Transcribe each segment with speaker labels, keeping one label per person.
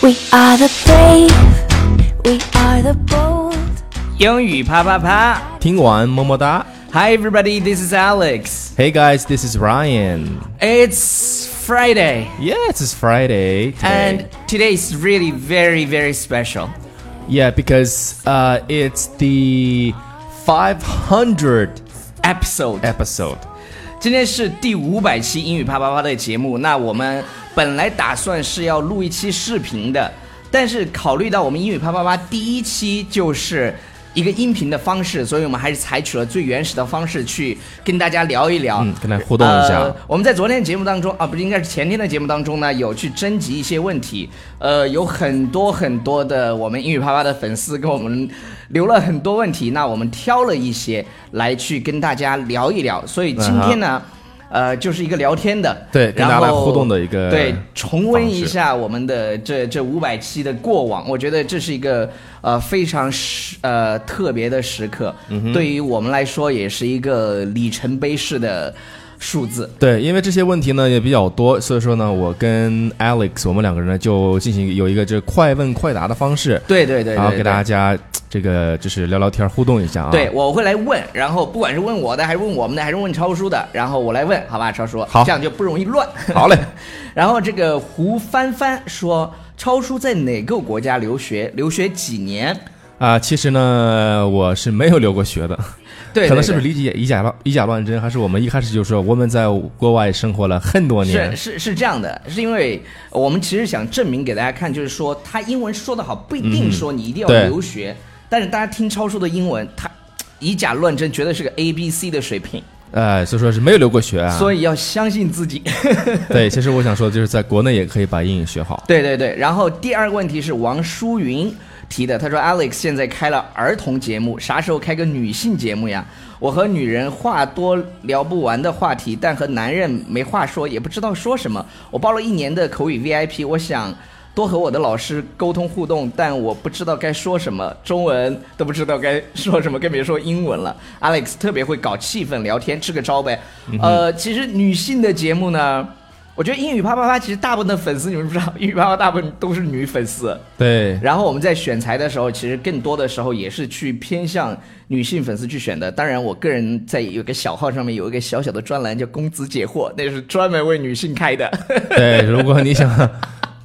Speaker 1: We are the brave, we are the bold.
Speaker 2: 英语啪啪啪
Speaker 3: 听完么么哒。
Speaker 2: ！Hi everybody, this is Alex.
Speaker 3: Hey guys, this is Ryan.
Speaker 2: It's Friday,
Speaker 3: Yes, it's Friday today.
Speaker 2: and today is really very very special.
Speaker 3: yeah, because uh, it's the 500
Speaker 2: Episode，
Speaker 3: episode.
Speaker 2: 今天是第五百期英语啪啪啪的节目。那我们本来打算是要录一期视频的，但是考虑到我们英语啪啪啪第一期就是。一个音频的方式，所以我们还是采取了最原始的方式去跟大家聊一聊，
Speaker 3: 嗯跟大家互动一下
Speaker 2: 呃我们在昨天的节目当中啊，不是应该是前天的节目当中呢，有去征集一些问题，呃，有很多很多的我们英语呃啪啪的粉丝跟我们留了很多问题，那我们挑了一些来去跟大家聊一聊，所以今天呢。呃，就是一个聊天的，
Speaker 3: 啊对跟大家
Speaker 2: 然后
Speaker 3: 来互动的一个
Speaker 2: 对，重温一
Speaker 3: 方式
Speaker 2: 下我们的这这五百期的过往，我觉得这是一个呃非常时呃特别的时刻，
Speaker 3: 嗯
Speaker 2: 对于我们来说也是一个里程碑式的数字。
Speaker 3: 对，因为这些问题呢也比较多，所以说呢，我跟 Alex 我们两个人呢就进行有一个这快问快答的方式，
Speaker 2: 对对对，
Speaker 3: 然后
Speaker 2: 对
Speaker 3: 给大。家这个就是聊聊天互动一下啊。
Speaker 2: 对，对，我会来问，然后不管是问我的，还是问我们的，还是问超叔的，然后我来问，好吧，超叔，
Speaker 3: 好
Speaker 2: 这样就不容易乱。
Speaker 3: 好嘞，
Speaker 2: 然后这个胡帆帆说，超叔在哪个国家留学？留学几年？
Speaker 3: 啊、其实呢我是没有留过学的，
Speaker 2: 对，
Speaker 3: 可能是不
Speaker 2: 对
Speaker 3: 是理解以假乱以假乱真，还是我们一开始就说我们在国外生活了很多年
Speaker 2: 是，是是这样的，是因为我们其实想证明给大家看，就是说他英文说得好，不一定说你一定要
Speaker 3: 对
Speaker 2: 留学，但是大家听超叔的英文，他以假乱真，绝对是个 A B C 的水平，
Speaker 3: 呃，所以说是没有留过学啊。
Speaker 2: 所以要相信自己。
Speaker 3: 对，其实我想说的就是，在国内也可以把英语学好。
Speaker 2: 对对对，然后第二个问题是王淑云提的，他说 Alex 现在开了儿童节目，啥时候开个女性节目呀？我和女人话多聊不完的话题，但和男人没话说，也不知道说什么。我报了一年的口语 VIP，我想多和我的老师沟通互动，但我不知道该说什么，中文都不知道该说什么，更别说英文了。Alex 特别会搞气氛聊天，支个招呗。呃，其实女性的节目呢。我觉得英语啪啪啪其实大部分的粉丝你们不知道，英语啪啪大部分都是女粉丝。
Speaker 3: 对，
Speaker 2: 然后我们在选材的时候，其实更多的时候也是去偏向女性粉丝去选的。当然，我个人在有个小号上面有一个小小的专栏叫“公子解惑”，那是专门为女性开的。
Speaker 3: 对，如果你想，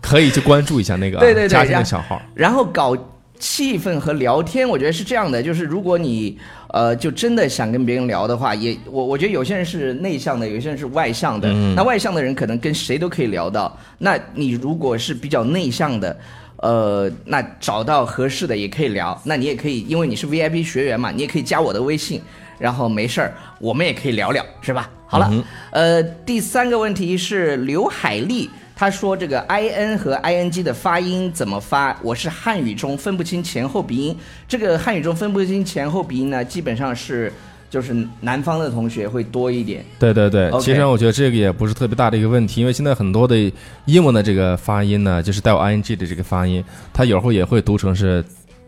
Speaker 3: 可以去关注一下那个啊
Speaker 2: 对对对
Speaker 3: 家庭
Speaker 2: 然
Speaker 3: 的小号。
Speaker 2: 然后搞气氛和聊天，我觉得是这样的，就是如果你呃就真的想跟别人聊的话，也我我觉得有些人是内向的，有些人是外向的。那外向的人可能跟谁都可以聊到，那你如果是比较内向的。呃，那找到合适的也可以聊，那你也可以，因为你是 VIP 学员嘛，你也可以加我的微信，然后没事儿，我们也可以聊聊，是吧？好了，呃，第三个问题是刘海丽，她说这个 i n 和 i n g 的发音怎么发？我是汉语中分不清前后鼻音，这个汉语中分不清前后鼻音呢，基本上是就是南方的同学会多一点。
Speaker 3: 对对对
Speaker 2: OK
Speaker 3: 其实我觉得这个也不是特别大的一个问题，因为现在很多的英文的这个发音呢，就是带有 ing 的这个发音，它有时候也会读成是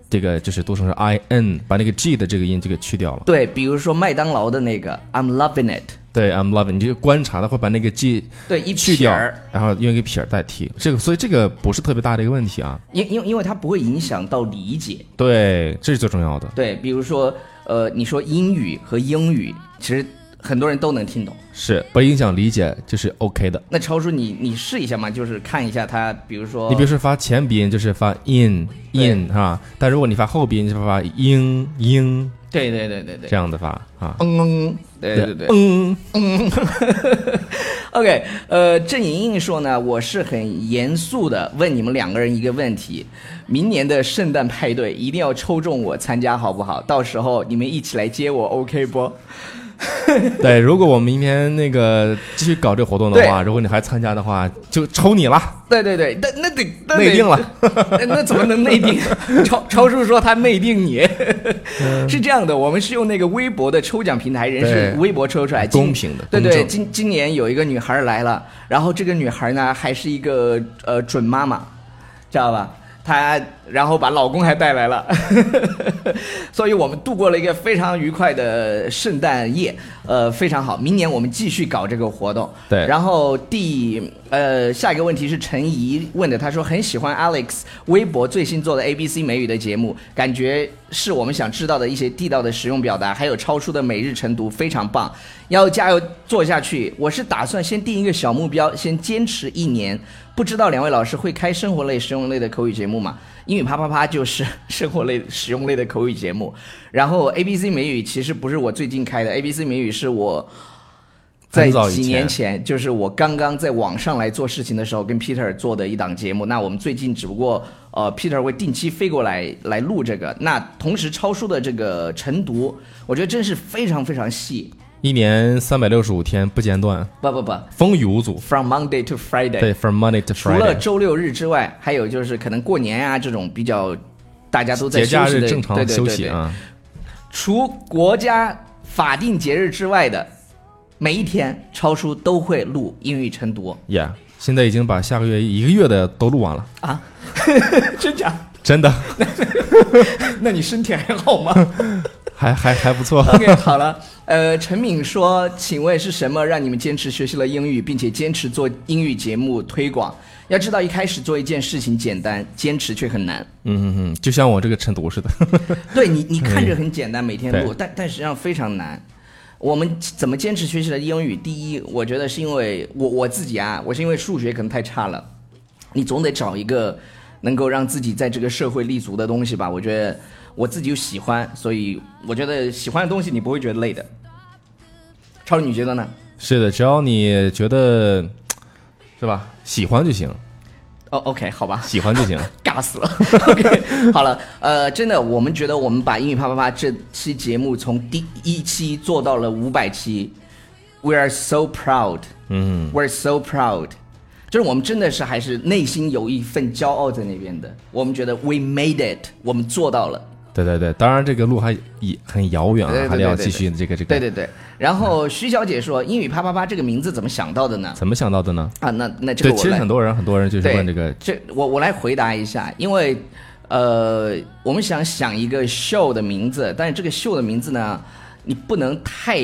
Speaker 3: 这个，就是读成是 i n，把那个 g 的这个音这个去掉了。
Speaker 2: 对，比如说麦当劳的那个 I'm loving it，
Speaker 3: 对，I'm loving，你就观察它会把那个 g
Speaker 2: 对，一
Speaker 3: 去
Speaker 2: 撇
Speaker 3: 掉
Speaker 2: 儿，，
Speaker 3: 然后用一个撇儿代替。这个，所以这个不是特别大的一个问题啊。
Speaker 2: 因因因为它不会影响到理解。
Speaker 3: 对，这是最重要的。
Speaker 2: 对，比如说呃，你说英语和英语，其实很多人都能听懂。
Speaker 3: 是不影响理解，就是 OK 的。
Speaker 2: 那超叔你，你试一下嘛，就是看一下他，比如说，
Speaker 3: 你比如说发前鼻音就是发 in
Speaker 2: 哦对
Speaker 3: in 哈，但如果你发后鼻音就是发 in in
Speaker 2: 对对对对对，
Speaker 3: 这样的发啊。
Speaker 2: 嗯嗯，对对对。
Speaker 3: 嗯，
Speaker 2: OK，呃，郑莹莹说呢，我是很严肃的问你们两个人一个问题，明年的圣诞派对一定要抽中我参加好不好？到时候你们一起来接我，OK 不？
Speaker 3: 对，如果我们明天那个继续搞这个活动的话，如果你还参加的话，就抽你了，
Speaker 2: 对对对，那那得那得
Speaker 3: 内定了。
Speaker 2: 那 那怎么能内定？ 超超叔说他内定你， 是这样的，我们是用那个微博的抽奖平台，人是
Speaker 3: 嗯对
Speaker 2: 微博抽出来，
Speaker 3: 公
Speaker 2: 今
Speaker 3: 平的
Speaker 2: 对
Speaker 3: 公
Speaker 2: 对，
Speaker 3: 正
Speaker 2: 今今年有一个女孩来了，然后这个女孩呢还是一个呃准妈妈，知道吧？她然后把老公还带来 了，所以我们度过了一个非常愉快的圣诞夜。呃，非常好。明年我们继续搞这个活动。
Speaker 3: 对
Speaker 2: 然后第呃下一个问题是陈怡问的，他说很喜欢 Alex 微博最新做的 ABC 美语的节目，感觉是我们想知道的一些地道的实用表达，还有超出的每日晨读，非常棒。要加油做下去！我是打算先定一个小目标，先坚持一年。不知道两位老师会开生活类、实用类的口语节目吗？英语啪啪啪就是生活类、实用类的口语节目。然后 A B C 美语其实不是我最近开的，A B C 美语是我在
Speaker 3: 很早以
Speaker 2: 几年
Speaker 3: 前
Speaker 2: 前，就是我刚刚在网上来做事情的时候，跟 Peter 做的一档节目。那我们最近只不过呃，Peter 会定期飞过来来录这个。那同时超叔的这个晨读，我觉得真是非常非常细。
Speaker 3: 一年三百六十五天不间断，
Speaker 2: 不不不
Speaker 3: 风雨无阻。
Speaker 2: ，From Monday to Friday。
Speaker 3: 对，from Monday to
Speaker 2: 除了
Speaker 3: Friday，
Speaker 2: 周六日之外，还有就是可能过年啊这种比较大家都在
Speaker 3: 节假
Speaker 2: 休息
Speaker 3: 日
Speaker 2: 的
Speaker 3: 正常
Speaker 2: 对
Speaker 3: 休息。
Speaker 2: 对对对
Speaker 3: 啊。
Speaker 2: 除国家法定节日之外的每一天，超叔都会录英语晨读
Speaker 3: Yeah，现在已经把下个月一个月的都录完了，
Speaker 2: 啊，真假？
Speaker 3: 真 的
Speaker 2: 那你身体还好吗
Speaker 3: 还还还不错。
Speaker 2: ？OK，好了。呃，陈敏说：“请问是什么让你们坚持学习了英语，并且坚持做英语节目推广？要知道，一开始做一件事情简单，坚持却很难。
Speaker 3: 嗯嗯嗯，就像我这个晨读 似的。
Speaker 2: 对你，你看着很简单，每天录，
Speaker 3: 对
Speaker 2: 但但实际上非常难。我们怎么坚持学习了英语？第一，我觉得是因为我我自己啊，我是因为数学可能太差了，你总得找一个能够让自己在这个社会立足的东西吧。我觉得我自己又喜欢，所以我觉得喜欢的东西你不会觉得累的。超人，你觉得呢？
Speaker 3: 是的，只要你觉得是吧，喜欢就行，
Speaker 2: 哦、o k 好吧。
Speaker 3: 喜欢就行。
Speaker 2: 尬死了。OK，好了，呃，真的，我们觉得我们把英语啪啪啪这期节目从第一期做到了五百期，We are so proud，
Speaker 3: 嗯，
Speaker 2: We're so proud，就是我们真的是还是内心有一份骄傲在那边的。我们觉得 We made it，我们做到了。
Speaker 3: 对对对，当然这个路还也很遥远
Speaker 2: 对对
Speaker 3: 啊，
Speaker 2: 对
Speaker 3: 还得要
Speaker 2: 对对
Speaker 3: 继续这个这个。
Speaker 2: 对对对。然后徐小姐说，英语啪啪啪这个名字怎么想到的呢？
Speaker 3: 怎么想到的呢？
Speaker 2: 啊，那那这
Speaker 3: 对，
Speaker 2: 个我
Speaker 3: 其实
Speaker 2: 来
Speaker 3: 很。多人很多人就是
Speaker 2: 对，
Speaker 3: 问这个，
Speaker 2: 这我我来回答一下，因为呃，我们想想一个秀的名字，但是这个秀的名字呢，你不能太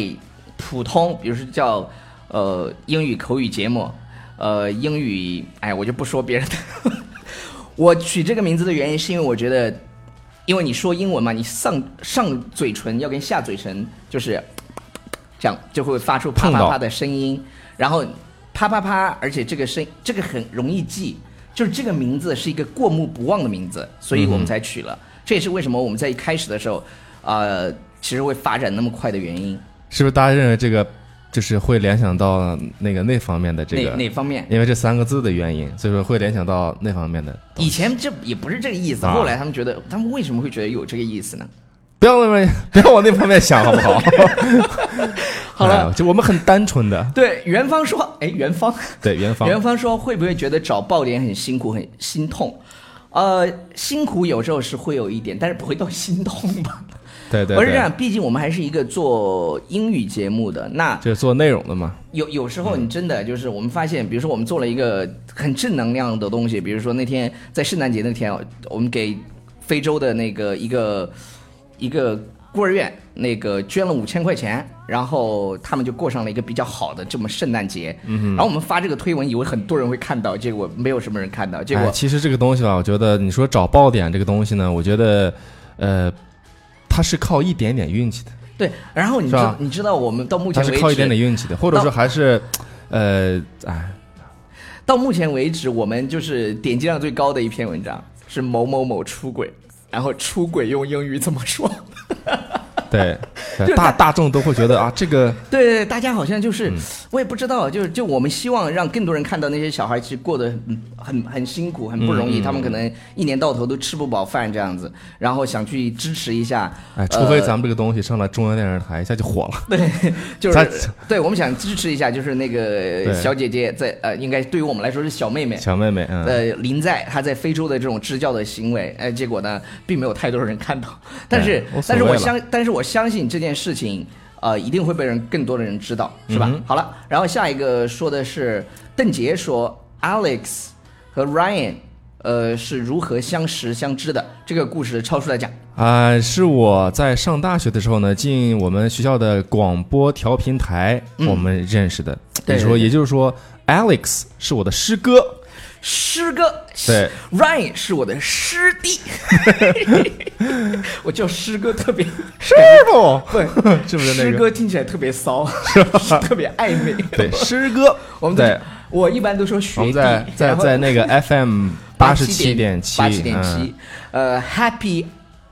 Speaker 2: 普通，比如说叫呃英语口语节目，呃英语，哎，我就不说别人的。 我取这个名字的原因是因为我觉得，因为你说英文嘛，你上上嘴唇要跟下嘴唇就是这样，就会发出啪啪
Speaker 3: 碰
Speaker 2: 啪
Speaker 3: 到
Speaker 2: 的声音，然后啪啪啪，而且这个声这个很容易记，就是这个名字是一个过目不忘的名字，所以我们才取了。这也是为什么我们在一开始的时候，呃，其实会发展那么快的原因。
Speaker 3: 是不是大家认为这个就是会联想到那个那方面的这
Speaker 2: 哪
Speaker 3: 个？
Speaker 2: 哪方面？
Speaker 3: 因为这三个字的原因，所以说会联想到那方面的东西。
Speaker 2: 以前这也不是这个意思，
Speaker 3: 啊
Speaker 2: 后来他们觉得，他们为什么会觉得有这个意思呢？
Speaker 3: 不要那么不要往那方面想，好不好？
Speaker 2: 好了
Speaker 3: 哎，就我们很单纯的。
Speaker 2: 对，元芳说，哎，元芳，
Speaker 3: 对，元芳，
Speaker 2: 元芳说会不会觉得找爆点很辛苦、很心痛？呃，辛苦有时候是会有一点，但是不会到心痛吧？
Speaker 3: 对对
Speaker 2: 我是这
Speaker 3: 对
Speaker 2: 样，，毕竟我们还是一个做英语节目的。那
Speaker 3: 就是做内容的嘛。
Speaker 2: 有有时
Speaker 3: 嗯
Speaker 2: 候你真的就是我们发现，比如说我们做了一个很正能量的东西，比如说那天在圣诞节那天，我们给非洲的那个一个一个孤儿院那个捐了五千块钱，然后他们就过上了一个比较好的这么圣诞节。嗯、然后我们发这个推文，以为很多人会看到，结果没有什么人看到，结果、
Speaker 3: 哎其实这个东西吧，我觉得你说找爆点这个东西呢，我觉得，呃，它是靠一点点运气的，
Speaker 2: 对。然后你知
Speaker 3: 是
Speaker 2: 道
Speaker 3: 吧
Speaker 2: 你知道我们到目
Speaker 3: 它
Speaker 2: 前
Speaker 3: 是
Speaker 2: 为
Speaker 3: 靠一点
Speaker 2: 止
Speaker 3: 点运气的，或者说还是，呃，哎，
Speaker 2: 到目前为止，我们就是点击量最高的一篇文章是某某某出轨，然后出轨用英语怎么说？
Speaker 3: 对，对
Speaker 2: 就是它
Speaker 3: 大大众都会觉得啊，这个
Speaker 2: 对对，对大家好像就是、
Speaker 3: 嗯
Speaker 2: 我也不知道，就是就我们希望让更多人看到那些小孩其实过得很很很辛苦，很不容
Speaker 3: 嗯
Speaker 2: 易，他们可能一年到头都吃不饱饭这样子，然后想去支持一下。
Speaker 3: 哎，除非
Speaker 2: 呃
Speaker 3: 咱们这个东西上了中央电视台，一下就火了。
Speaker 2: 对， 就
Speaker 3: 咱
Speaker 2: 是对，我们想支持一下，就是那个
Speaker 3: 对
Speaker 2: 小姐姐在呃，应该对于我们来说是小妹妹，
Speaker 3: 小妹妹，嗯，
Speaker 2: 呃，林在他在非洲的这种支教的行为，哎、结果呢，并没有太多人看到。 但是，
Speaker 3: 嗯无所
Speaker 2: 但是
Speaker 3: 谓
Speaker 2: 我
Speaker 3: 了
Speaker 2: 相，但是我相信这件事情，呃，一定会被人更多的人知道，
Speaker 3: 嗯
Speaker 2: 是吧？好了，然后下一个说的是邓婕说，Alex 和 Ryan，呃是如何相识相知的这个故事，超叔来讲。
Speaker 3: 啊、是我在上大学的时候呢，进我们学校的广播调频台，
Speaker 2: 嗯
Speaker 3: 我们认识的。
Speaker 2: 对
Speaker 3: 你说，
Speaker 2: 对对
Speaker 3: 也就是说，Alex 是我的师哥，
Speaker 2: 师哥，
Speaker 3: 对
Speaker 2: ，Ryan 是我的师 弟， 我叫师哥特别师
Speaker 3: 傅，
Speaker 2: 不
Speaker 3: 是不是那
Speaker 2: 师
Speaker 3: 个？
Speaker 2: 哥听起来特别骚， 特别暧昧。
Speaker 3: 对，师哥，
Speaker 2: 我们
Speaker 3: 对
Speaker 2: 在，我一般都说
Speaker 3: 我
Speaker 2: 学
Speaker 3: 们
Speaker 2: 弟，
Speaker 3: 在在
Speaker 2: 然后
Speaker 3: 在 那个 FM 八十七点七，
Speaker 2: 八十点
Speaker 3: 嗯，
Speaker 2: 七，呃，Happy，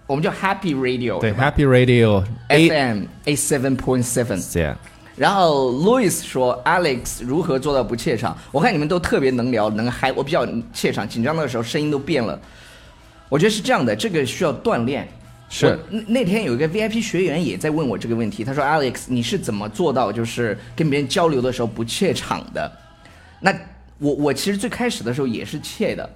Speaker 2: 我们叫 Happy Radio，
Speaker 3: 对，Happy Radio A，
Speaker 2: ，FM A seven point seven。
Speaker 3: 对
Speaker 2: 然后 Louis 说 Alex 如何做到不怯场？我看你们都特别能聊，能嗨。我比较怯场，紧张的时候声音都变了。我觉得是这样的，这个需要锻炼。
Speaker 3: 是
Speaker 2: 我那那天有一个 VIP 学员也在问我这个问题，他说 Alex 你是怎么做到就是跟别人交流的时候不怯场的？那我我其实最开始的时候也是怯的，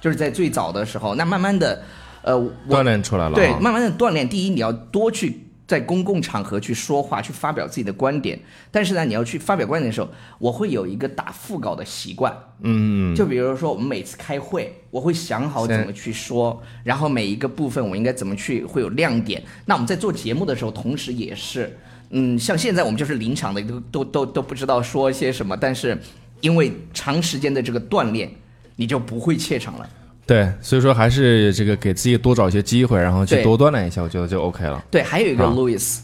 Speaker 2: 就是在最早的时候。那慢慢的，呃，我
Speaker 3: 锻炼出来了啊，
Speaker 2: 对，慢慢的锻炼。第一，你要多去在公共场合去说话，去发表自己的观点。但是呢，你要去发表观点的时候，我会有一个打腹稿的习惯。
Speaker 3: 嗯，
Speaker 2: 就比如说，我们每次开会，我会想好怎么去说，然后每一个部分我应该怎么去会有亮点。那我们在做节目的时候，同时也是，嗯，像现在我们就是临场的，都都都都不知道说些什么，但是因为长时间的这个锻炼，你就不会怯场了。
Speaker 3: 对，所以说还是这个给自己多找一些机会，然后去
Speaker 2: 对
Speaker 3: 多锻炼一下，我觉得就 OK 了。
Speaker 2: 对，还有一个
Speaker 3: 啊
Speaker 2: Louis，、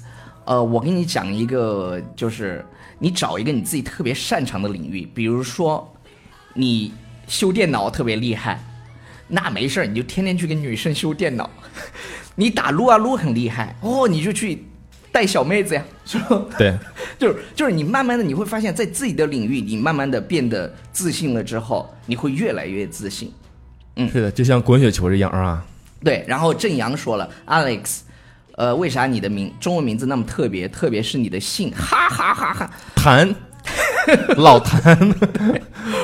Speaker 2: 呃，我跟你讲一个，就是你找一个你自己特别擅长的领域，比如说你修电脑特别厉害，那没事儿你就天天去给女生修电脑；你打撸啊撸很厉害，哦，你就去带小妹子呀， 是吧？
Speaker 3: 对，
Speaker 2: 就是就是你慢慢的你会发现，在自己的领域，你慢慢的变得自信了之后，你会越来越自信。
Speaker 3: 是的，就像滚雪球一样啊。
Speaker 2: 对，然后正阳说了，Alex，呃，为啥你的名中文名字那么特别？特别是你的姓，哈哈哈 哈！
Speaker 3: 谭，老谭，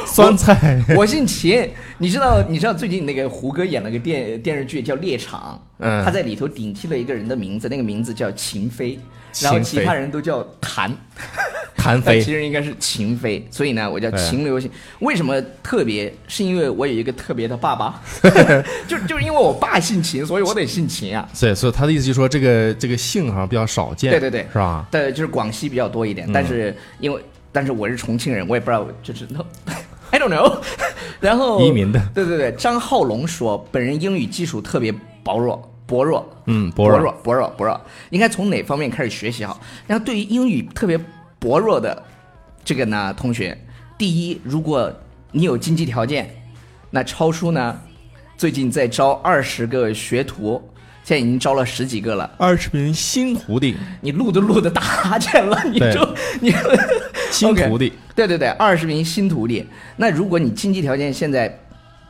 Speaker 3: 酸菜
Speaker 2: 我姓秦，你知道你知道最近那个胡歌演了个电电视剧叫《猎场》，
Speaker 3: 嗯
Speaker 2: 他在里头顶替了一个人的名字，那个名字叫秦飞，然后
Speaker 3: 秦
Speaker 2: 其
Speaker 3: 飞
Speaker 2: 他人都叫 谭，
Speaker 3: 谭
Speaker 2: 但哎其
Speaker 3: 飞，
Speaker 2: 实应该是秦飞，所以呢，我叫
Speaker 3: 对啊
Speaker 2: 秦流星。为什么特别？是因为我有一个特别的爸 爸， 就就是因为我爸姓秦，所以我得姓秦啊。
Speaker 3: 对，所以他的意思就是说，这个这个姓好像比较少见，
Speaker 2: 对对对，
Speaker 3: 是吧？
Speaker 2: 对，就是广西比较多一
Speaker 3: 嗯
Speaker 2: 点，但是因为但是我是重庆人，我也不知道，就是 no, I don't know。然 后
Speaker 3: 移民的
Speaker 2: 对对对，张浩龙说，本人英语基础特别薄弱，薄弱，
Speaker 3: 嗯，
Speaker 2: 薄
Speaker 3: 薄弱，
Speaker 2: 弱，薄弱，薄弱，应该从哪方面开始学习好？然后对于英语特别薄弱的这个呢，同学，第一，如果你有经济条件，那超叔呢，最近在招二十个学徒，现在已经招了十几个了。
Speaker 3: 二十名新徒弟，
Speaker 2: 你录都录的打哈欠了，你
Speaker 3: 对
Speaker 2: 就你
Speaker 3: 新徒弟，
Speaker 2: 对对对，二十名新徒弟。那如果你经济条件现在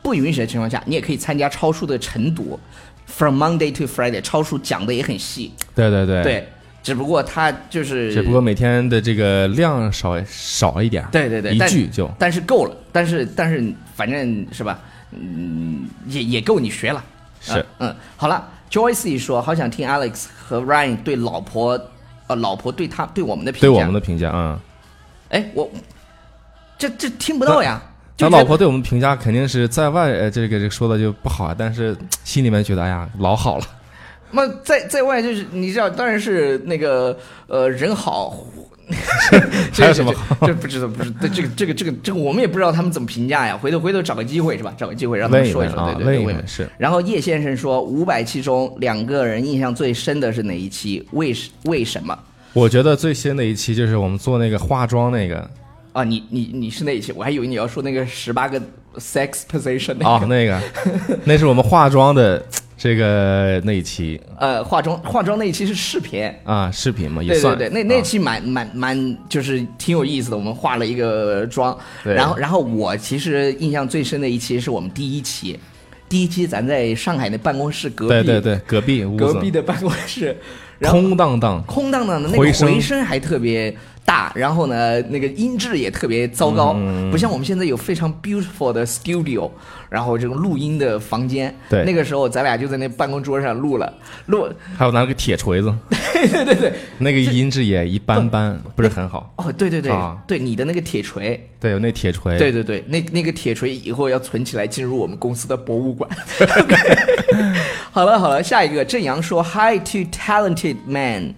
Speaker 2: 不允许的情况下，你也可以参加超叔的晨读，from Monday to Friday，超叔讲的也很细，
Speaker 3: 对对对，
Speaker 2: 对，只不过他就是，
Speaker 3: 只不过每天的这个量少少一点儿，
Speaker 2: 对对对，
Speaker 3: 一
Speaker 2: 但
Speaker 3: 句就
Speaker 2: 但是够了，但是但是反正是吧，嗯，也也够你学了。
Speaker 3: 是
Speaker 2: 嗯，嗯，好了，Joyce 说好想听 Alex 和 Ryan 对老婆，呃，老婆对他对我们的评价，
Speaker 3: 对我们的评价啊。
Speaker 2: 哎，我这这听不到呀。
Speaker 3: 他
Speaker 2: 就
Speaker 3: 老
Speaker 2: 觉得
Speaker 3: 婆对我们评价肯定是在外，呃，这个这个说的就不好，啊但是嘖心里面觉得哎呀老好了，
Speaker 2: 那在在外就是你知道，当然是那个呃人 好。这
Speaker 3: 还有什么好
Speaker 2: 这这不知道不知道，这个这个这个这个我们也不知道他们怎么评价呀。回头回头找个机会是吧？找个机会让他
Speaker 3: 问
Speaker 2: 们
Speaker 3: 一
Speaker 2: 说
Speaker 3: 问
Speaker 2: 一说，
Speaker 3: 啊，
Speaker 2: 对对对，
Speaker 3: 一
Speaker 2: 问一
Speaker 3: 问是
Speaker 2: 然后叶先生说，五百期中两个人印象最深的是哪一期？为什为什么？
Speaker 3: 我觉得最新的一期就是我们做那个化妆那个
Speaker 2: 啊，你你你是那一期？我还以为你要说那个十八个 sex position 那个
Speaker 3: 啊，那个 那是我们化妆的这个那一期
Speaker 2: 呃化妆化妆那一期是视频，
Speaker 3: 啊，视频嘛也
Speaker 2: 对对
Speaker 3: 算
Speaker 2: 对，那那
Speaker 3: 啊
Speaker 2: 期蛮蛮蛮就是挺有意思的，我们化了一个妆，
Speaker 3: 对
Speaker 2: 然后然后我其实印象最深的一期是我们第一期，第一期咱在上海那办公室隔壁，
Speaker 3: 对对对，隔壁屋子
Speaker 2: 隔壁的办公室，然后
Speaker 3: 空荡荡，
Speaker 2: 空荡荡的那个
Speaker 3: 回声
Speaker 2: 回声还特别大，然后呢，那个音质也特别糟
Speaker 3: 嗯
Speaker 2: 糕，不像我们现在有非常 beautiful 的 studio，然后这种录音的房间。
Speaker 3: 对
Speaker 2: 那个时候咱俩就在那办公桌上录了，录
Speaker 3: 还有拿个铁 锤子，对对对，那个音质也一般般，不是很好。
Speaker 2: 哦，对对对，
Speaker 3: 啊
Speaker 2: 对你的那个铁锤，
Speaker 3: 对，有那铁锤，
Speaker 2: 对，对对，那那个铁锤以后要存起来进入我们公司的博物馆。 好了好了，下一个郑阳说 Hi to talented man。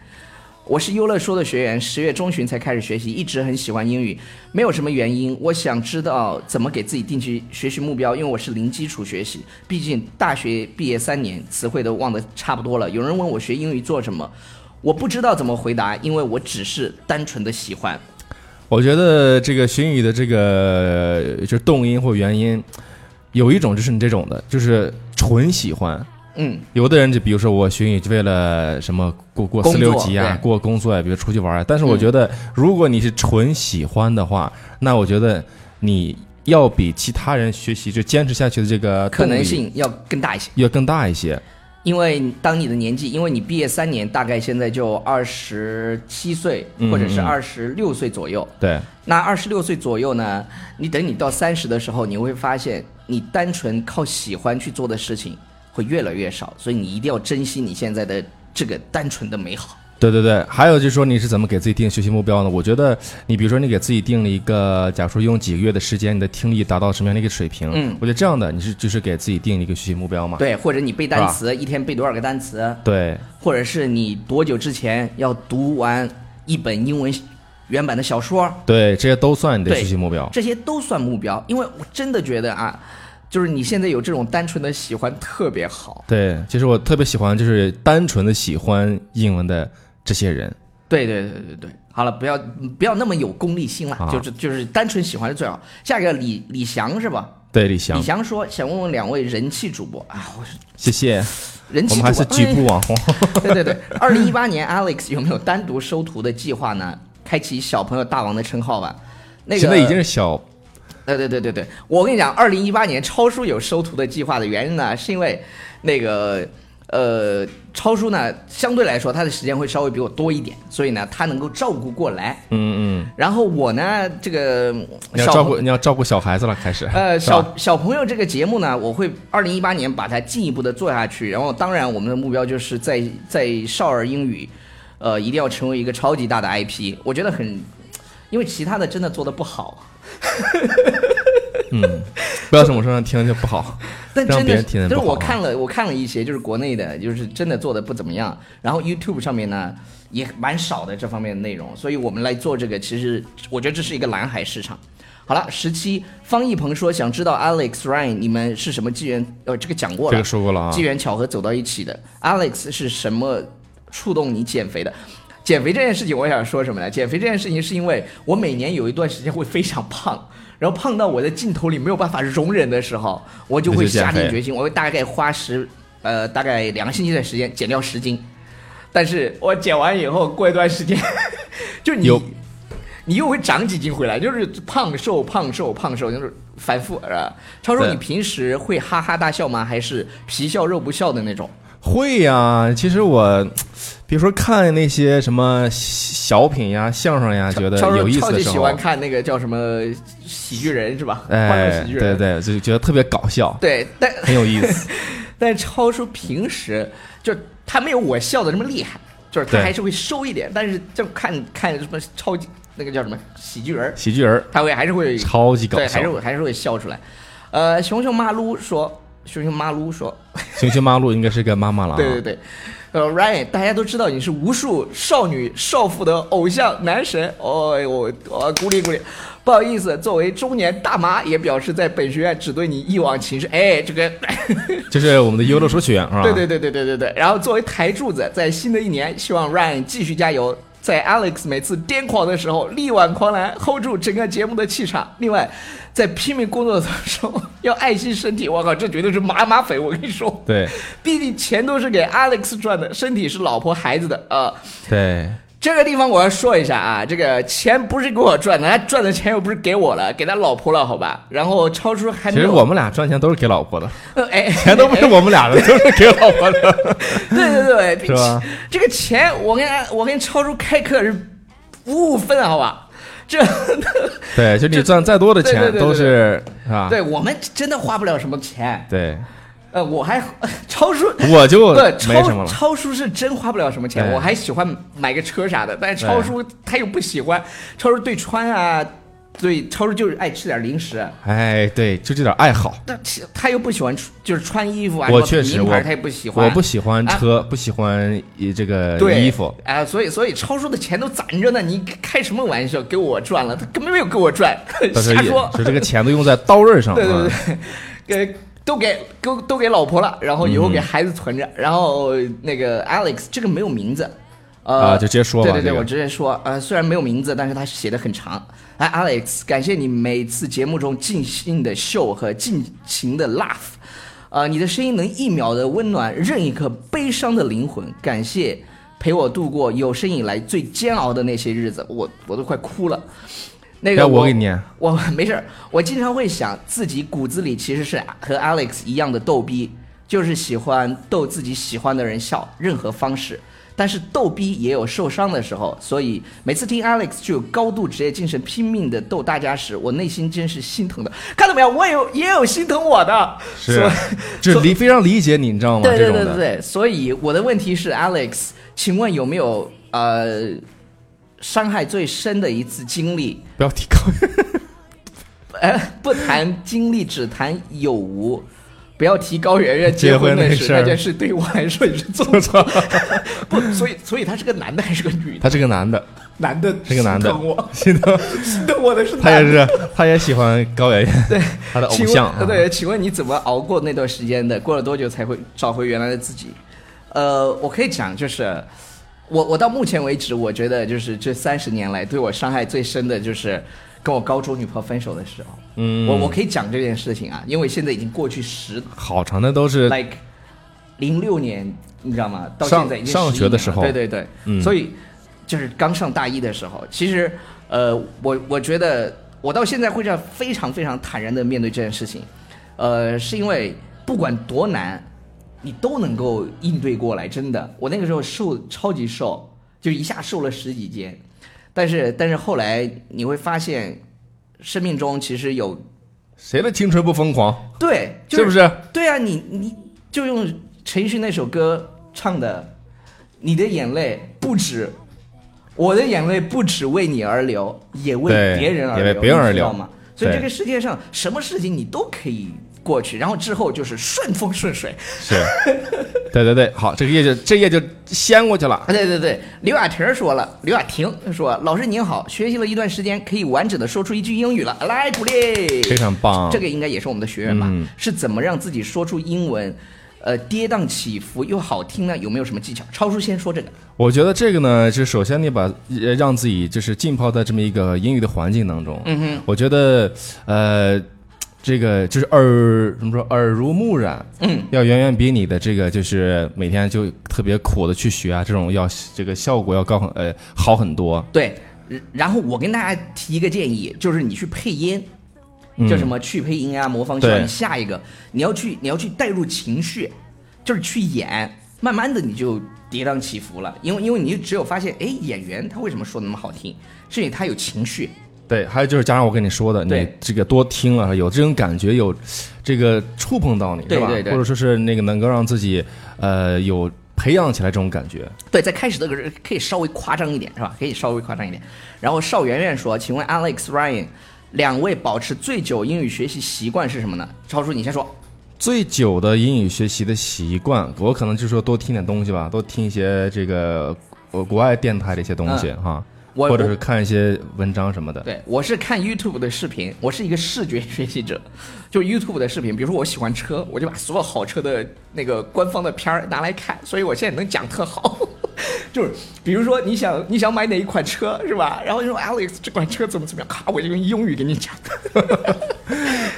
Speaker 2: 我是优乐说的学员，十月中旬才开始学习，一直很喜欢英语，没有什么原因。我想知道怎么给自己定去学习目标，因为我是零基础学习，毕竟大学毕业三年，词汇都忘得差不多了。有人问我学英语做什么，我不知道怎么回答，因为我只是单纯的喜欢。
Speaker 3: 我觉得这个学英语的这个呃就是动因或元音，有一种就是你这种的，就是纯喜欢。
Speaker 2: 嗯，
Speaker 3: 有的人就比如说我学英语就为了什么过过
Speaker 2: 工
Speaker 3: 四
Speaker 2: 作
Speaker 3: 六级啊，
Speaker 2: 对嗯
Speaker 3: 过工作啊，比如出去玩啊。但是我觉得，如果你是纯喜欢的话，那我觉得你要比其他人学习就坚持下去的这个
Speaker 2: 可能
Speaker 3: 动力
Speaker 2: 性要更大一些。
Speaker 3: 要更大一些。
Speaker 2: 因为当你的年纪，因为你毕业三年，大概现在就二十七岁
Speaker 3: 嗯
Speaker 2: 或者是
Speaker 3: 嗯
Speaker 2: 二十六岁左右。
Speaker 3: 对，
Speaker 2: 那二十六岁左右呢，你等你到三十的时候，你会发现你单纯靠喜欢去做的事情会越来越少，所以你一定要珍惜你现在的这个单纯的美好。
Speaker 3: 对对对，还有就是说你是怎么给自己定学习目标呢？我觉得你比如说你给自己定了一个，假如说用几个月的时间，你的听力达到什么样的一个水平？
Speaker 2: 嗯
Speaker 3: 我觉得这样的你是就是给自己定了一个学习目标嘛。
Speaker 2: 对，或者你背单词，一天背多少个单词，
Speaker 3: 对
Speaker 2: 或者是你多久之前要读完一本英文原版的小说，
Speaker 3: 对，这些都算你的
Speaker 2: 对
Speaker 3: 学习目标。
Speaker 2: 这些都算目标，因为我真的觉得啊，就是你现在有这种单纯的喜欢特别好。
Speaker 3: 对，其实我特别喜欢就是单纯的喜欢英文的这些人。
Speaker 2: 对对对对对，好了，不要不要那么有功利心了，
Speaker 3: 啊
Speaker 2: 就是就是单纯喜欢是最好。下一个李李翔是吧？
Speaker 3: 对，李
Speaker 2: 李
Speaker 3: 翔，
Speaker 2: 翔说想问问两位人气主播啊，我
Speaker 3: 谢谢。
Speaker 2: 人气
Speaker 3: 我
Speaker 2: 主播
Speaker 3: 们还是局
Speaker 2: 哎
Speaker 3: 部网红。
Speaker 2: 对对对，二零一八年 Alex 有没有单独收徒的计划呢？开启小朋友大王的称号吧。那个
Speaker 3: 现在已经是小
Speaker 2: 对对对对对，我跟你讲，二零一八年超叔有收徒的计划的原因呢，是因为那个呃，超叔呢相对来说他的时间会稍微比我多一点，所以呢他能够照顾过来。
Speaker 3: 嗯嗯，
Speaker 2: 然后我呢，这个
Speaker 3: 你要
Speaker 2: 小
Speaker 3: 照
Speaker 2: 朋
Speaker 3: 顾你要照顾小孩子了，开始。
Speaker 2: 呃
Speaker 3: 是吧
Speaker 2: 小小朋友这个节目呢，我会二零一八年把它进一步的做下去。然后当然我们的目标就是在在少儿英语，呃，一定要成为一个超级大的 IP。我觉得很，因为其他的真的做的不好，啊
Speaker 3: 不要从我身上听就不好，
Speaker 2: 但
Speaker 3: 让
Speaker 2: 真的
Speaker 3: 别人听得
Speaker 2: 就是
Speaker 3: 不好
Speaker 2: 我
Speaker 3: 啊
Speaker 2: 看了我看了一些，就是国内的，就是真的做的不怎么样。然后 YouTube 上面呢也蛮少的这方面的内容，所以我们来做这个，其实我觉得这是一个蓝海市场。好了，十七，方一鹏说想知道 Alex Ryan 你们是什么机缘？呃，这个讲过
Speaker 3: 这
Speaker 2: 了，
Speaker 3: 个说过了啊
Speaker 2: 机。缘巧合走到一起的。Alex 是什么触动你减肥的？减肥这件事情，我想说什么呢？减肥这件事情是因为我每年有一段时间会非常胖，然后胖到我的镜头里没有办法容忍的时候，我就会
Speaker 3: 你就减
Speaker 2: 下
Speaker 3: 肥
Speaker 2: 定决心，我会大概花十呃大概两个星期的时间减掉十斤。但是我减完以后，过一段时间， 就你
Speaker 3: 有
Speaker 2: 你又会长几斤回来，就是胖瘦胖瘦胖瘦，就是反复啊。超叔，
Speaker 3: 对
Speaker 2: 你平时会哈哈大笑吗？还是皮笑肉不笑的那种？
Speaker 3: 会呀、其实我，比如说看那些什么小品呀、相声呀，觉得
Speaker 2: 超叔
Speaker 3: 有意思
Speaker 2: 超
Speaker 3: 的
Speaker 2: 级
Speaker 3: 时
Speaker 2: 喜
Speaker 3: 候，
Speaker 2: 欢看那个叫什么喜剧人是吧？欢乐
Speaker 3: 哎，
Speaker 2: 喜剧
Speaker 3: 对
Speaker 2: 人。
Speaker 3: 对，就觉得特别搞笑，
Speaker 2: 对，但
Speaker 3: 很有意思。
Speaker 2: 但超叔平时就他没有我笑的那么厉害，就是他
Speaker 3: 对
Speaker 2: 还是会收一点，但是就看看什么超级那个叫什么喜剧人儿，
Speaker 3: 喜剧人儿
Speaker 2: 他会还是会
Speaker 3: 超级搞
Speaker 2: 对，
Speaker 3: 笑
Speaker 2: 还是，会还是会笑出来。呃，熊熊妈撸说，熊熊妈撸说，
Speaker 3: 熊熊妈路应该是个妈妈了、啊，
Speaker 2: 对对对，呃，Ryan，大家都知道你是无数少女少妇的偶像男神，哦，我我鼓励鼓励。不好意思，作为中年大妈，也表示在本学院只对你一往情深。哎，这个，
Speaker 3: 就是我们的优乐说学员是 吧？
Speaker 2: 对对对对对对对。然后作为台柱子，在新的一年，希望 Ryan 继续加油。在 Alex 每次癫狂的时候，力挽狂澜，hold 住整个节目的气场。另外，在拼命工作的时候， 要爱惜身体。我靠，这绝对是麻麻肥！我跟你说，
Speaker 3: 对
Speaker 2: 毕竟钱都是给 Alex 赚的，身体是老婆孩子的啊、呃
Speaker 3: 对
Speaker 2: 这个地方我要说一下啊，这个钱不是给我赚的，他赚的钱又不是给我了，给他老婆了，好吧？然后超叔还
Speaker 3: 其
Speaker 2: 没
Speaker 3: 实
Speaker 2: 有
Speaker 3: 我们俩赚钱都是给 老婆的，
Speaker 2: 呃哎，
Speaker 3: 钱都不是我们俩的，都是给老婆的，
Speaker 2: 对对对，
Speaker 3: 是吧？
Speaker 2: 这个钱我跟我跟超叔开课是五五分，好吧？这
Speaker 3: 对，就你赚再多的
Speaker 2: 对对
Speaker 3: 钱
Speaker 2: 对
Speaker 3: 都是啊，
Speaker 2: 对我们真的花不了什么钱。
Speaker 3: 对，
Speaker 2: 呃，我还超叔
Speaker 3: 我就
Speaker 2: 不
Speaker 3: 没什
Speaker 2: 超
Speaker 3: 么了。
Speaker 2: 超叔是真花不了什么钱，
Speaker 3: 对
Speaker 2: 我还喜欢买个车啥的，但是
Speaker 3: 对
Speaker 2: 超叔他又不喜欢，超叔对穿啊，对超叔就是爱吃点零食。
Speaker 3: 哎，对，就这点爱好。
Speaker 2: 但其他又不喜欢穿，就是穿衣服啊，
Speaker 3: 我
Speaker 2: 什么
Speaker 3: 确实
Speaker 2: 名
Speaker 3: 我
Speaker 2: 牌他也不喜欢，
Speaker 3: 我不喜欢
Speaker 2: 啊
Speaker 3: 车，不喜欢呃这个
Speaker 2: 对
Speaker 3: 衣服。
Speaker 2: 啊、所以所以超叔的钱都攒着呢，你开什么玩笑？给我赚了，他根本没有给我赚，
Speaker 3: 但是
Speaker 2: 瞎
Speaker 3: 也
Speaker 2: 说。
Speaker 3: 是这个钱都用在刀刃上
Speaker 2: 对对
Speaker 3: 啊
Speaker 2: 对。对，给都给都都给老婆了，然后以
Speaker 3: 嗯
Speaker 2: 后给孩子存着，然后那个 Alex 这个没有名字，呃，
Speaker 3: 啊就直接说吧
Speaker 2: 对对对，
Speaker 3: 这个
Speaker 2: 我直接说，呃，虽然没有名字，但是他写的很长。哎，Alex，感谢你每次节目中尽兴的秀和尽情的 laugh，呃，你的声音能一秒的温暖任一颗悲伤的灵魂，感谢。陪我度过有生以来最煎熬的那些日子，我我都快哭了。那个
Speaker 3: 要我给你念
Speaker 2: 我没事儿，我经常会想自己骨子里其实是和 Alex 一样的逗逼，就是喜欢逗自己喜欢的人笑，任何方式。但是逗逼也有受伤的时候，所以每次听 Alex 具有高度职业精神，拼命的逗大家时，我内心真是心疼的。看到没有，我有也有心疼我的，所
Speaker 3: 是
Speaker 2: 以，
Speaker 3: 这理非常理解你，你知道吗？
Speaker 2: 对对
Speaker 3: 这种
Speaker 2: 对对
Speaker 3: 的，
Speaker 2: 对，所以我的问题是，Alex，请问有没有呃伤害最深的一次经历？
Speaker 3: 不要提高。
Speaker 2: 哎，不谈经历，只谈有无。不要提高圆圆
Speaker 3: 结
Speaker 2: 婚
Speaker 3: 婚
Speaker 2: 的
Speaker 3: 那事儿
Speaker 2: 那件事对我来说 也是重
Speaker 3: 我操，
Speaker 2: 不，所以所以他是个男的还是个女的？
Speaker 3: 他是个男的，
Speaker 2: 男的
Speaker 3: 是个男的
Speaker 2: 心疼我，
Speaker 3: 心疼，
Speaker 2: 心疼我的是
Speaker 3: 他也
Speaker 2: 男的。
Speaker 3: 是，他也喜欢高圆圆，对，他的偶
Speaker 2: 请问
Speaker 3: 像啊。
Speaker 2: 对，请问你怎么熬过那段时间的？过了多久才会找回原来的自己？呃，我可以讲，就是我我到目前为止，我觉得就是这三十年来对我伤害最深的就是跟我高中女朋友分手的时候。
Speaker 3: 嗯
Speaker 2: 我我可以讲这件事情啊，因为现在已经过去十
Speaker 3: 好长的都是
Speaker 2: like 零六年，你知道吗？到
Speaker 3: 上
Speaker 2: 现在已经
Speaker 3: 上
Speaker 2: 11
Speaker 3: 学的
Speaker 2: 年了
Speaker 3: 时候
Speaker 2: 对对对，
Speaker 3: 嗯
Speaker 2: 所以就是刚上大一的时候，其实呃，我我觉得我到现在会这样非常非常坦然的面对这件事情，呃，是因为不管多难，你都能够应对过来，真的。我那个时候瘦超级瘦，就一下瘦了十几斤，但是但是后来你会发现，生命中其实有
Speaker 3: 谁的青春不疯狂，
Speaker 2: 对，就是
Speaker 3: 不是？
Speaker 2: 对啊，你你就用陈奕迅那首歌唱的，《你的眼泪不止，我的眼泪不止为你而流，也为
Speaker 3: 对
Speaker 2: 别人而
Speaker 3: 也为
Speaker 2: 流，
Speaker 3: 别人而
Speaker 2: 你知
Speaker 3: 流
Speaker 2: 道吗？所以
Speaker 3: 对
Speaker 2: 这个世界上什么事情你都可以过去，然后之后就是顺风顺水。
Speaker 3: 是，对对对，好，这个页就这页就掀过去了
Speaker 2: 啊，。对对对，刘雅婷说了，刘雅婷说：“老师您好，学习了一段时间，可以完整的说出一句英语了，来鼓励。”
Speaker 3: 非常棒啊
Speaker 2: 这个应该也是我们的学员吧？
Speaker 3: 嗯
Speaker 2: 是怎么让自己说出英文，呃，跌宕起伏又好听呢？有没有什么技巧？超叔先说这个。
Speaker 3: 我觉得这个呢，就是首先你把呃让自己就是浸泡在这么一个英语的环境当中。嗯哼，我觉得呃，这个就是耳怎么说耳濡目染，嗯，要远远比你的这个就是每天就特别苦的去学啊，这种要这个效果要高很呃好很多。
Speaker 2: 对，然然后我跟大家提一个建议，就是你去配音，叫什么去配音啊，模仿笑，
Speaker 3: 对
Speaker 2: 你下一个你要去你要去带入情绪，就是去演，慢慢的你就跌宕起伏了，因为因为你只有发现，哎，演员他为什么说那么好听，是因为他有情绪，
Speaker 3: 对，还有就是加上我跟你说的，你
Speaker 2: 对
Speaker 3: 这个多听了，有这种感觉，有这个触碰到你，
Speaker 2: 对
Speaker 3: 是吧？
Speaker 2: 对对
Speaker 3: 或者说是那个能够让自己呃有培养起来这种感觉。
Speaker 2: 对，在开始的时候可以稍微夸张一点，是吧？可以稍微夸张一点。然后邵媛媛说：“请问 Alex Ryan，两位保持最久英语学习习惯是什么呢？”超叔，你先说。
Speaker 3: 最久的英语学习的习惯，我可能就说多听点东西吧，多听一些这个呃国外电台的一些东西、哈，
Speaker 2: 嗯我
Speaker 3: 或者
Speaker 2: 我
Speaker 3: 是看一些文章什么的。
Speaker 2: 对我是看 YouTube 的视频，我是一个视觉学习者，就 YouTube 的视频，比如说我喜欢车，我就把所有好车的那个官方的片儿拿来看，所以我现在能讲特好。 就是比如说你想你想买哪一款车是吧？然后就说 Alex 这款车怎么怎么样，咔，我就用英语给你讲。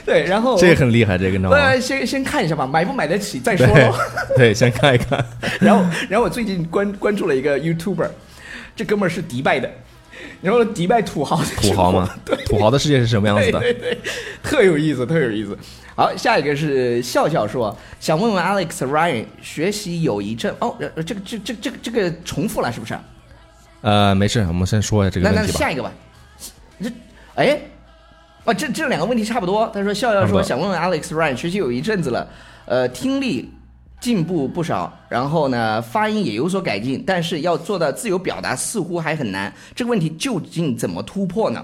Speaker 2: 对，然后
Speaker 3: 这个很厉害，这个你知道吗？
Speaker 2: 那先先看一下吧，买不买得起再说
Speaker 3: 对
Speaker 2: 咯。
Speaker 3: 对，先看一看。
Speaker 2: 然后，然后我最近关关注了一个 YouTuber，这哥们儿是迪拜的，然后迪拜土豪的
Speaker 3: 土豪 嘛，土豪的世界是什么样子
Speaker 2: 对
Speaker 3: 的？
Speaker 2: 对对， 特有意思，特有意思。好，下一个是笑笑说，想问问 Alex Ryan 学习有一阵哦，呃这个这这这个这个重复了是不是？
Speaker 3: 呃，没事，我们先说一下这个
Speaker 2: 那那
Speaker 3: 问题吧。
Speaker 2: 下一个吧。这哎，哦，这这两个问题差不多。他说笑笑
Speaker 3: 差不
Speaker 2: 说
Speaker 3: 多
Speaker 2: 想问问 Alex Ryan 学习有一阵子了，呃，听力进步不少，然后呢发音也有所改进，但是要做到自由表达似乎还很难。这个问题究竟怎么突破呢？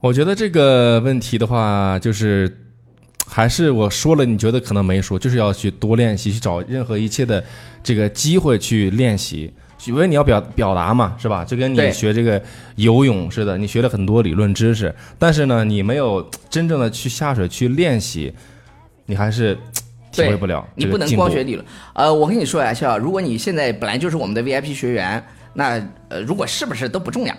Speaker 3: 我觉得这个问题的话，就是还是我说了，你觉得可能没说，就是要去多练习，去找任何一切的这个机会去练习。因为你要表表达嘛，是吧？就跟
Speaker 2: 对
Speaker 3: 你学这个游泳似的，你学了很多理论知识，但是呢，你没有真正的去下水去练习，你还是体
Speaker 2: 对
Speaker 3: 会不了
Speaker 2: 你
Speaker 3: 这
Speaker 2: 不
Speaker 3: 个
Speaker 2: 能
Speaker 3: 进步。
Speaker 2: 光学理论。呃，我跟你说呀、笑笑，如果你现在本来就是我们的 VIP 学员，那呃，如果是不是都不重要。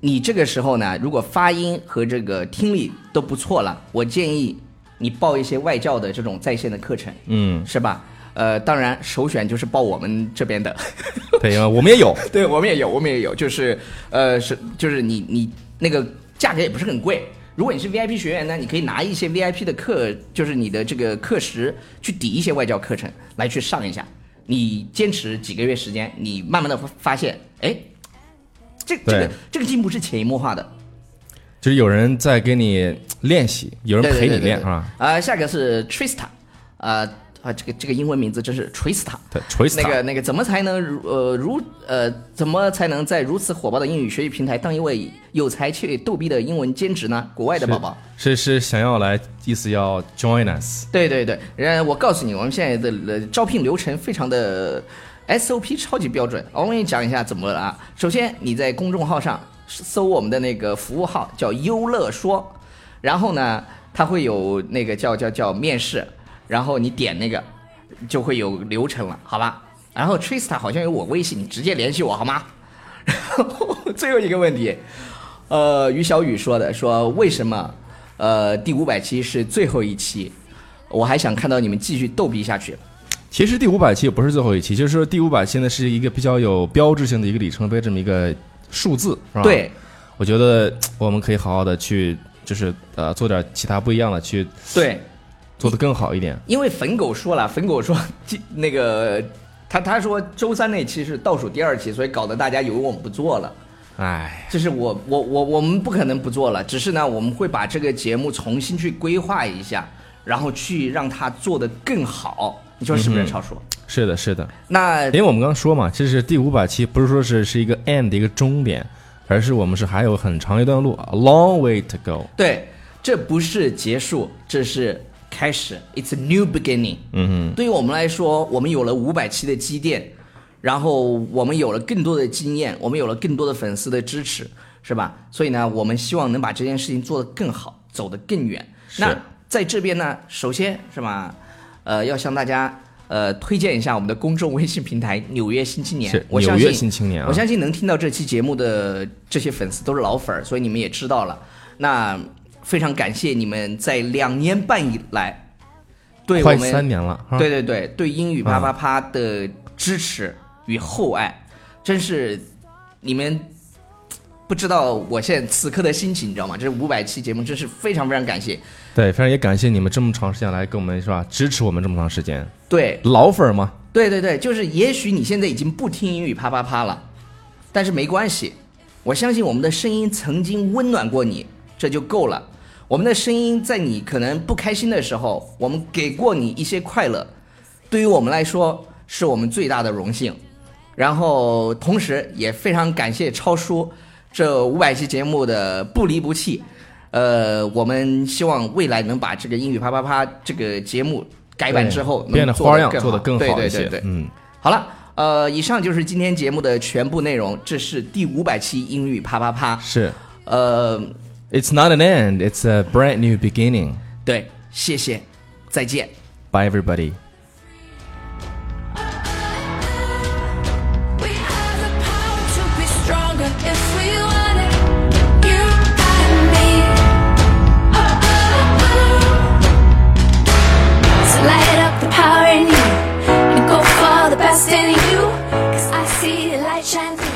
Speaker 2: 你这个时候呢，如果发音和这个听力都不错了，我建议你报一些外教的这种在线的课程，
Speaker 3: 嗯，
Speaker 2: 是吧？呃，当然首选就是报我们这边的，
Speaker 3: 对，因为我们也有，
Speaker 2: 对我们也有，我们也有，就是呃是就是你你那个价格也不是很贵。如果你是 VIP 学员呢，你可以拿一些 VIP 的课，就是你的这个课时去抵一些外教课程来去上一下。你坚持几个月时间，你慢慢的会发现，哎，这这个
Speaker 3: 对
Speaker 2: 这个进步是潜移默化的。
Speaker 3: 就是有人在给你练习，有人
Speaker 2: 对
Speaker 3: 陪你练
Speaker 2: 啊
Speaker 3: 啊。。
Speaker 2: 呃，下一个是 Trista，呃啊，这个这个英文名字真是 Trista。
Speaker 3: 对，锤死
Speaker 2: 那
Speaker 3: 他。
Speaker 2: 个那个，怎么才能如呃如呃怎么才能在如此火爆的英语学习平台当一位有才却逗逼的英文兼职呢？国外的宝宝，
Speaker 3: 是是想要来，意思要 join us。
Speaker 2: 对对对，然后我告诉你，我们现在的呃招聘流程非常的 SOP 超级标准。我给你讲一下怎么了啊。首先你在公众号上搜我们的那个服务号叫“优乐说”，然后呢，它会有那个叫叫叫面试，然后你点那个就会有流程了，好吧？然后 Trista 好像有我微信，你直接联系我好吗？ 然后最后一个问题，呃，于小雨说的，说为什么呃第五百期是最后一期？我还想看到你们继续逗逼下去。
Speaker 3: 其实第五百期也不是最后一期，就是说第五百期呢是一个比较有标志性的一个里程碑这么一个数字，是吧？，
Speaker 2: 对，
Speaker 3: 我觉得嘖我们可以好好的去，就是呃做点其他不一样的，去
Speaker 2: 对，
Speaker 3: 做得更好一点。
Speaker 2: 因为粉狗说了，粉狗说 这那个他他说周三那期是倒数第二期，所以搞得大家以为我们不做了。
Speaker 3: 哎，
Speaker 2: 就是我我我我们不可能不做了，只是呢我们会把这个节目重新去规划一下，然后去让它做得更好。你说是不是，
Speaker 3: 嗯哼
Speaker 2: 超叔？
Speaker 3: 是的，是的，
Speaker 2: 那
Speaker 3: 因为我们刚刚说嘛，这是第五百期，不是说是是一个 end 的一个终点，而是我们是还有很长一段路，a long way to go。
Speaker 2: 对，这不是结束，这是开始，it's a new beginning。
Speaker 3: 嗯
Speaker 2: 对于我们来说，我们有了五百期的积淀，然后我们有了更多的经验，我们有了更多的粉丝的支持，是吧？所以呢，我们希望能把这件事情做得更好，走得更远。
Speaker 3: 是
Speaker 2: 那在这边呢，首先是吧，呃，要向大家呃推荐一下我们的公众微信平台《纽约新青
Speaker 3: 哼，
Speaker 2: 年》
Speaker 3: 是，
Speaker 2: 我
Speaker 3: 纽
Speaker 2: 相
Speaker 3: 约
Speaker 2: 信
Speaker 3: 新青年啊，
Speaker 2: 我相信能听到这期节目的这些粉丝都是老粉儿，所以你们也知道了。那非常感谢你们在两年半以来对我
Speaker 3: 快
Speaker 2: 们
Speaker 3: 三年了，哈嗯
Speaker 2: 对对对对英语啪啪啪的支持与厚爱，真是你们不知道我现在此刻的心情，你知道吗？这五百期节目真是非常非常感谢。
Speaker 3: 对，非常也感谢你们这么长时间来跟我们是吧，支持我们这么长时间，
Speaker 2: 对
Speaker 3: 老粉儿嘛，
Speaker 2: 对对对，就是也许你现在已经不听英语啪啪啪了，但是没关系，我相信我们的声音曾经温暖过你，这就够了。我们的声音在你可能不开心的时候，我们给过你一些快乐，对于我们来说是我们最大的荣幸。然后同时也非常感谢超叔这五百期节目的不离不弃。呃，我们希望未来能把这个英语啪啪啪这个节目改版之后，
Speaker 3: 变得
Speaker 2: 能
Speaker 3: 花样，做
Speaker 2: 得
Speaker 3: 得更
Speaker 2: 对
Speaker 3: 好
Speaker 2: 对
Speaker 3: 一
Speaker 2: 对
Speaker 3: 些。
Speaker 2: 对
Speaker 3: 嗯，
Speaker 2: 好了，呃，以上就是今天节目的全部内容。这是第五百期英语啪啪啪。
Speaker 3: 是
Speaker 2: 呃，
Speaker 3: ，It's not an end, it's a brand new beginning.
Speaker 2: 对，谢谢，再见。
Speaker 3: Bye everybody.
Speaker 1: We have the power to be stronger if we want it. You and me. Oh, oh, oh. So light up the power in you and go for the best in you. Cause I see the light shine through. Oh,